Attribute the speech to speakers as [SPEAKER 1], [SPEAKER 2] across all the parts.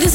[SPEAKER 1] this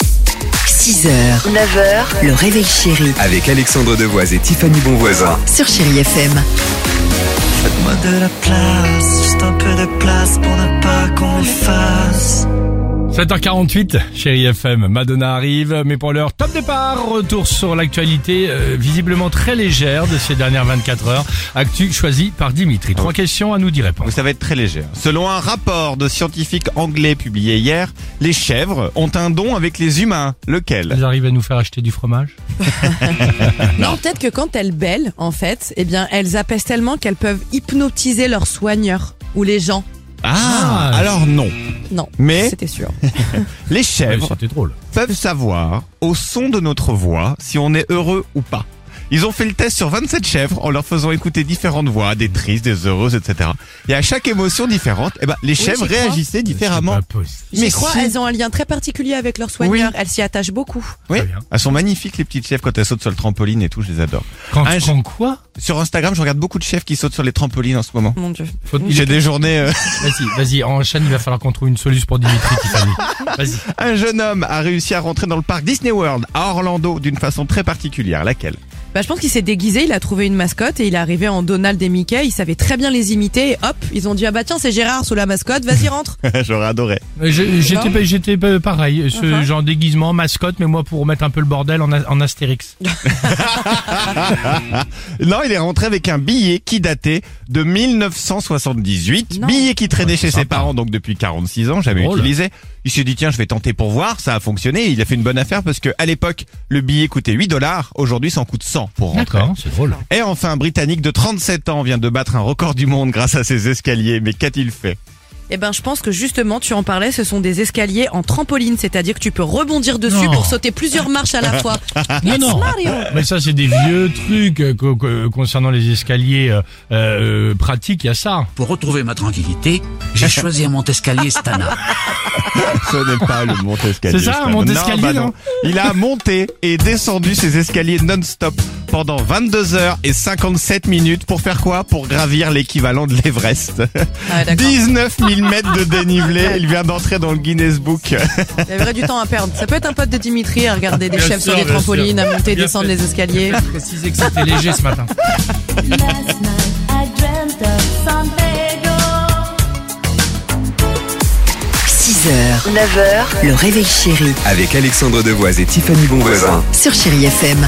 [SPEAKER 2] 6h, 9h, le réveil chéri
[SPEAKER 3] avec Alexandre Devoise et Tiffany Bonvoisin.
[SPEAKER 2] sur Chérie FM.
[SPEAKER 4] Faites-moi de la place, juste un peu de place pour ne pas qu'on efface.
[SPEAKER 5] 7h48, chérie FM, Madonna arrive, mais pour l'heure, top départ, retour sur l'actualité euh, visiblement très légère de ces dernières 24 heures, actu choisie par Dimitri.
[SPEAKER 6] Ah
[SPEAKER 5] Trois questions à nous d'y répondre.
[SPEAKER 6] Vous savez être très léger. Selon un rapport de scientifiques anglais publié hier, les chèvres ont un don avec les humains. Lequel
[SPEAKER 5] Elles arrivent à nous faire acheter du fromage
[SPEAKER 7] Non, peut-être que quand elles bêlent, en fait, eh bien, elles apaisent tellement qu'elles peuvent hypnotiser leurs soigneurs ou les gens.
[SPEAKER 6] Ah, alors non.
[SPEAKER 7] Non,
[SPEAKER 6] Mais-
[SPEAKER 7] c'était sûr.
[SPEAKER 6] Les
[SPEAKER 5] Ouais,
[SPEAKER 6] chèvres
[SPEAKER 5] C'était drôle.
[SPEAKER 6] peuvent savoir au son de notre voix si on est heureux ou pas. Ils ont fait le test sur 27 chèvres en leur faisant écouter différentes voix, des tristes, des heureuses, etc. Et à chaque émotion différente, eh ben, les chèvres
[SPEAKER 7] j'y crois.
[SPEAKER 6] réagissaient différemment.
[SPEAKER 5] C'est pas possible.
[SPEAKER 7] Je
[SPEAKER 6] Mais
[SPEAKER 7] crois
[SPEAKER 6] si.
[SPEAKER 7] elles ont un lien très particulier avec leurs soigneurs. Elles s'y attachent beaucoup.
[SPEAKER 6] Oui,
[SPEAKER 5] Très bien.
[SPEAKER 6] elles sont magnifiques les petites chèvres quand elles sautent sur le trampoline et tout, je les adore.
[SPEAKER 5] Quand,
[SPEAKER 6] Un
[SPEAKER 5] quand quoi
[SPEAKER 6] Sur Instagram, je regarde beaucoup de chèvres qui sautent sur les trampolines en ce moment.
[SPEAKER 7] Mon Dieu.
[SPEAKER 5] Faut-
[SPEAKER 6] J'ai des journées... euh,
[SPEAKER 5] Vas-y, vas-y, enchaîne, il va falloir qu'on trouve une solution pour Dimitri, Tiffany. Vas-y.
[SPEAKER 6] Un jeune homme a réussi à rentrer dans le parc Disney World à Orlando d'une façon très particulière. Laquelle
[SPEAKER 7] Bah, je pense qu'il s'est déguisé, il a trouvé une mascotte et il est arrivé en Donald et Mickey. Il savait très bien les imiter et hop, ils ont dit Ah bah tiens, c'est Gérard sous la mascotte, vas-y rentre.
[SPEAKER 6] J'aurais adoré.
[SPEAKER 5] Euh, je- J'étais
[SPEAKER 7] Non.
[SPEAKER 5] pas- j'étais pas pareil, ce
[SPEAKER 7] Mhm.
[SPEAKER 5] genre déguisement, mascotte, mais moi pour mettre un peu le bordel en, a- en astérix.
[SPEAKER 6] Non, il est rentré avec un billet qui datait de 1978.
[SPEAKER 7] Non.
[SPEAKER 6] Billet qui traînait
[SPEAKER 5] Ouais,
[SPEAKER 6] chez
[SPEAKER 5] c'est
[SPEAKER 6] ses
[SPEAKER 5] sympa.
[SPEAKER 6] parents donc depuis 46 ans, jamais
[SPEAKER 5] Drôle.
[SPEAKER 6] utilisé. Il s'est dit tiens, je vais tenter pour voir, ça a fonctionné. Il a fait une bonne affaire parce que à l'époque, le billet coûtait 8 dollars, aujourd'hui ça en coûte 100 pour rentrer.
[SPEAKER 5] D'accord, c'est drôle.
[SPEAKER 6] Et enfin, un Britannique de 37 ans vient de battre un record du monde grâce à ses escaliers. Mais qu'a-t-il fait
[SPEAKER 7] Eh ben, je pense que justement, tu en parlais, ce sont des escaliers en trampoline, c'est-à-dire que tu peux rebondir dessus
[SPEAKER 5] Non.
[SPEAKER 7] pour sauter plusieurs marches à la fois.
[SPEAKER 5] Non,
[SPEAKER 7] Yes,
[SPEAKER 5] Ah non.
[SPEAKER 7] Mario.
[SPEAKER 5] Mais ça, c'est des vieux trucs euh, co- co- concernant les escaliers euh, euh, pratiques. Il y a ça.
[SPEAKER 8] Pour retrouver ma tranquillité, j'ai choisi un Montescalier Stana.
[SPEAKER 6] Ce n'est pas le Montescalier.
[SPEAKER 5] C'est ça,
[SPEAKER 6] Stan. bah
[SPEAKER 5] un Montescalier, non
[SPEAKER 6] Il a monté et descendu ses escaliers non-stop pendant 22 heures et 57 minutes pour faire quoi Pour gravir l'équivalent de l'Everest.
[SPEAKER 7] Ah ouais, d'accord.
[SPEAKER 6] 19 000 mètres de dénivelé. Il vient d'entrer dans le Guinness Book.
[SPEAKER 7] Il y avait du temps à perdre. Ça peut être un pote de Dimitri à regarder des
[SPEAKER 5] Bien
[SPEAKER 7] chefs
[SPEAKER 5] sûr,
[SPEAKER 7] sur des
[SPEAKER 5] bien
[SPEAKER 7] trampolines,
[SPEAKER 5] sûr.
[SPEAKER 7] à monter et
[SPEAKER 5] Bien
[SPEAKER 7] descendre
[SPEAKER 5] fait.
[SPEAKER 7] les escaliers.
[SPEAKER 5] préciser que c'était léger ce matin.
[SPEAKER 9] Last night I dreamt of San Pedro.
[SPEAKER 2] 6h, 9h, le réveil chéri
[SPEAKER 3] Avec Alexandre Devoise et Tiffany Bonvoisin.
[SPEAKER 2] sur Chérie FM.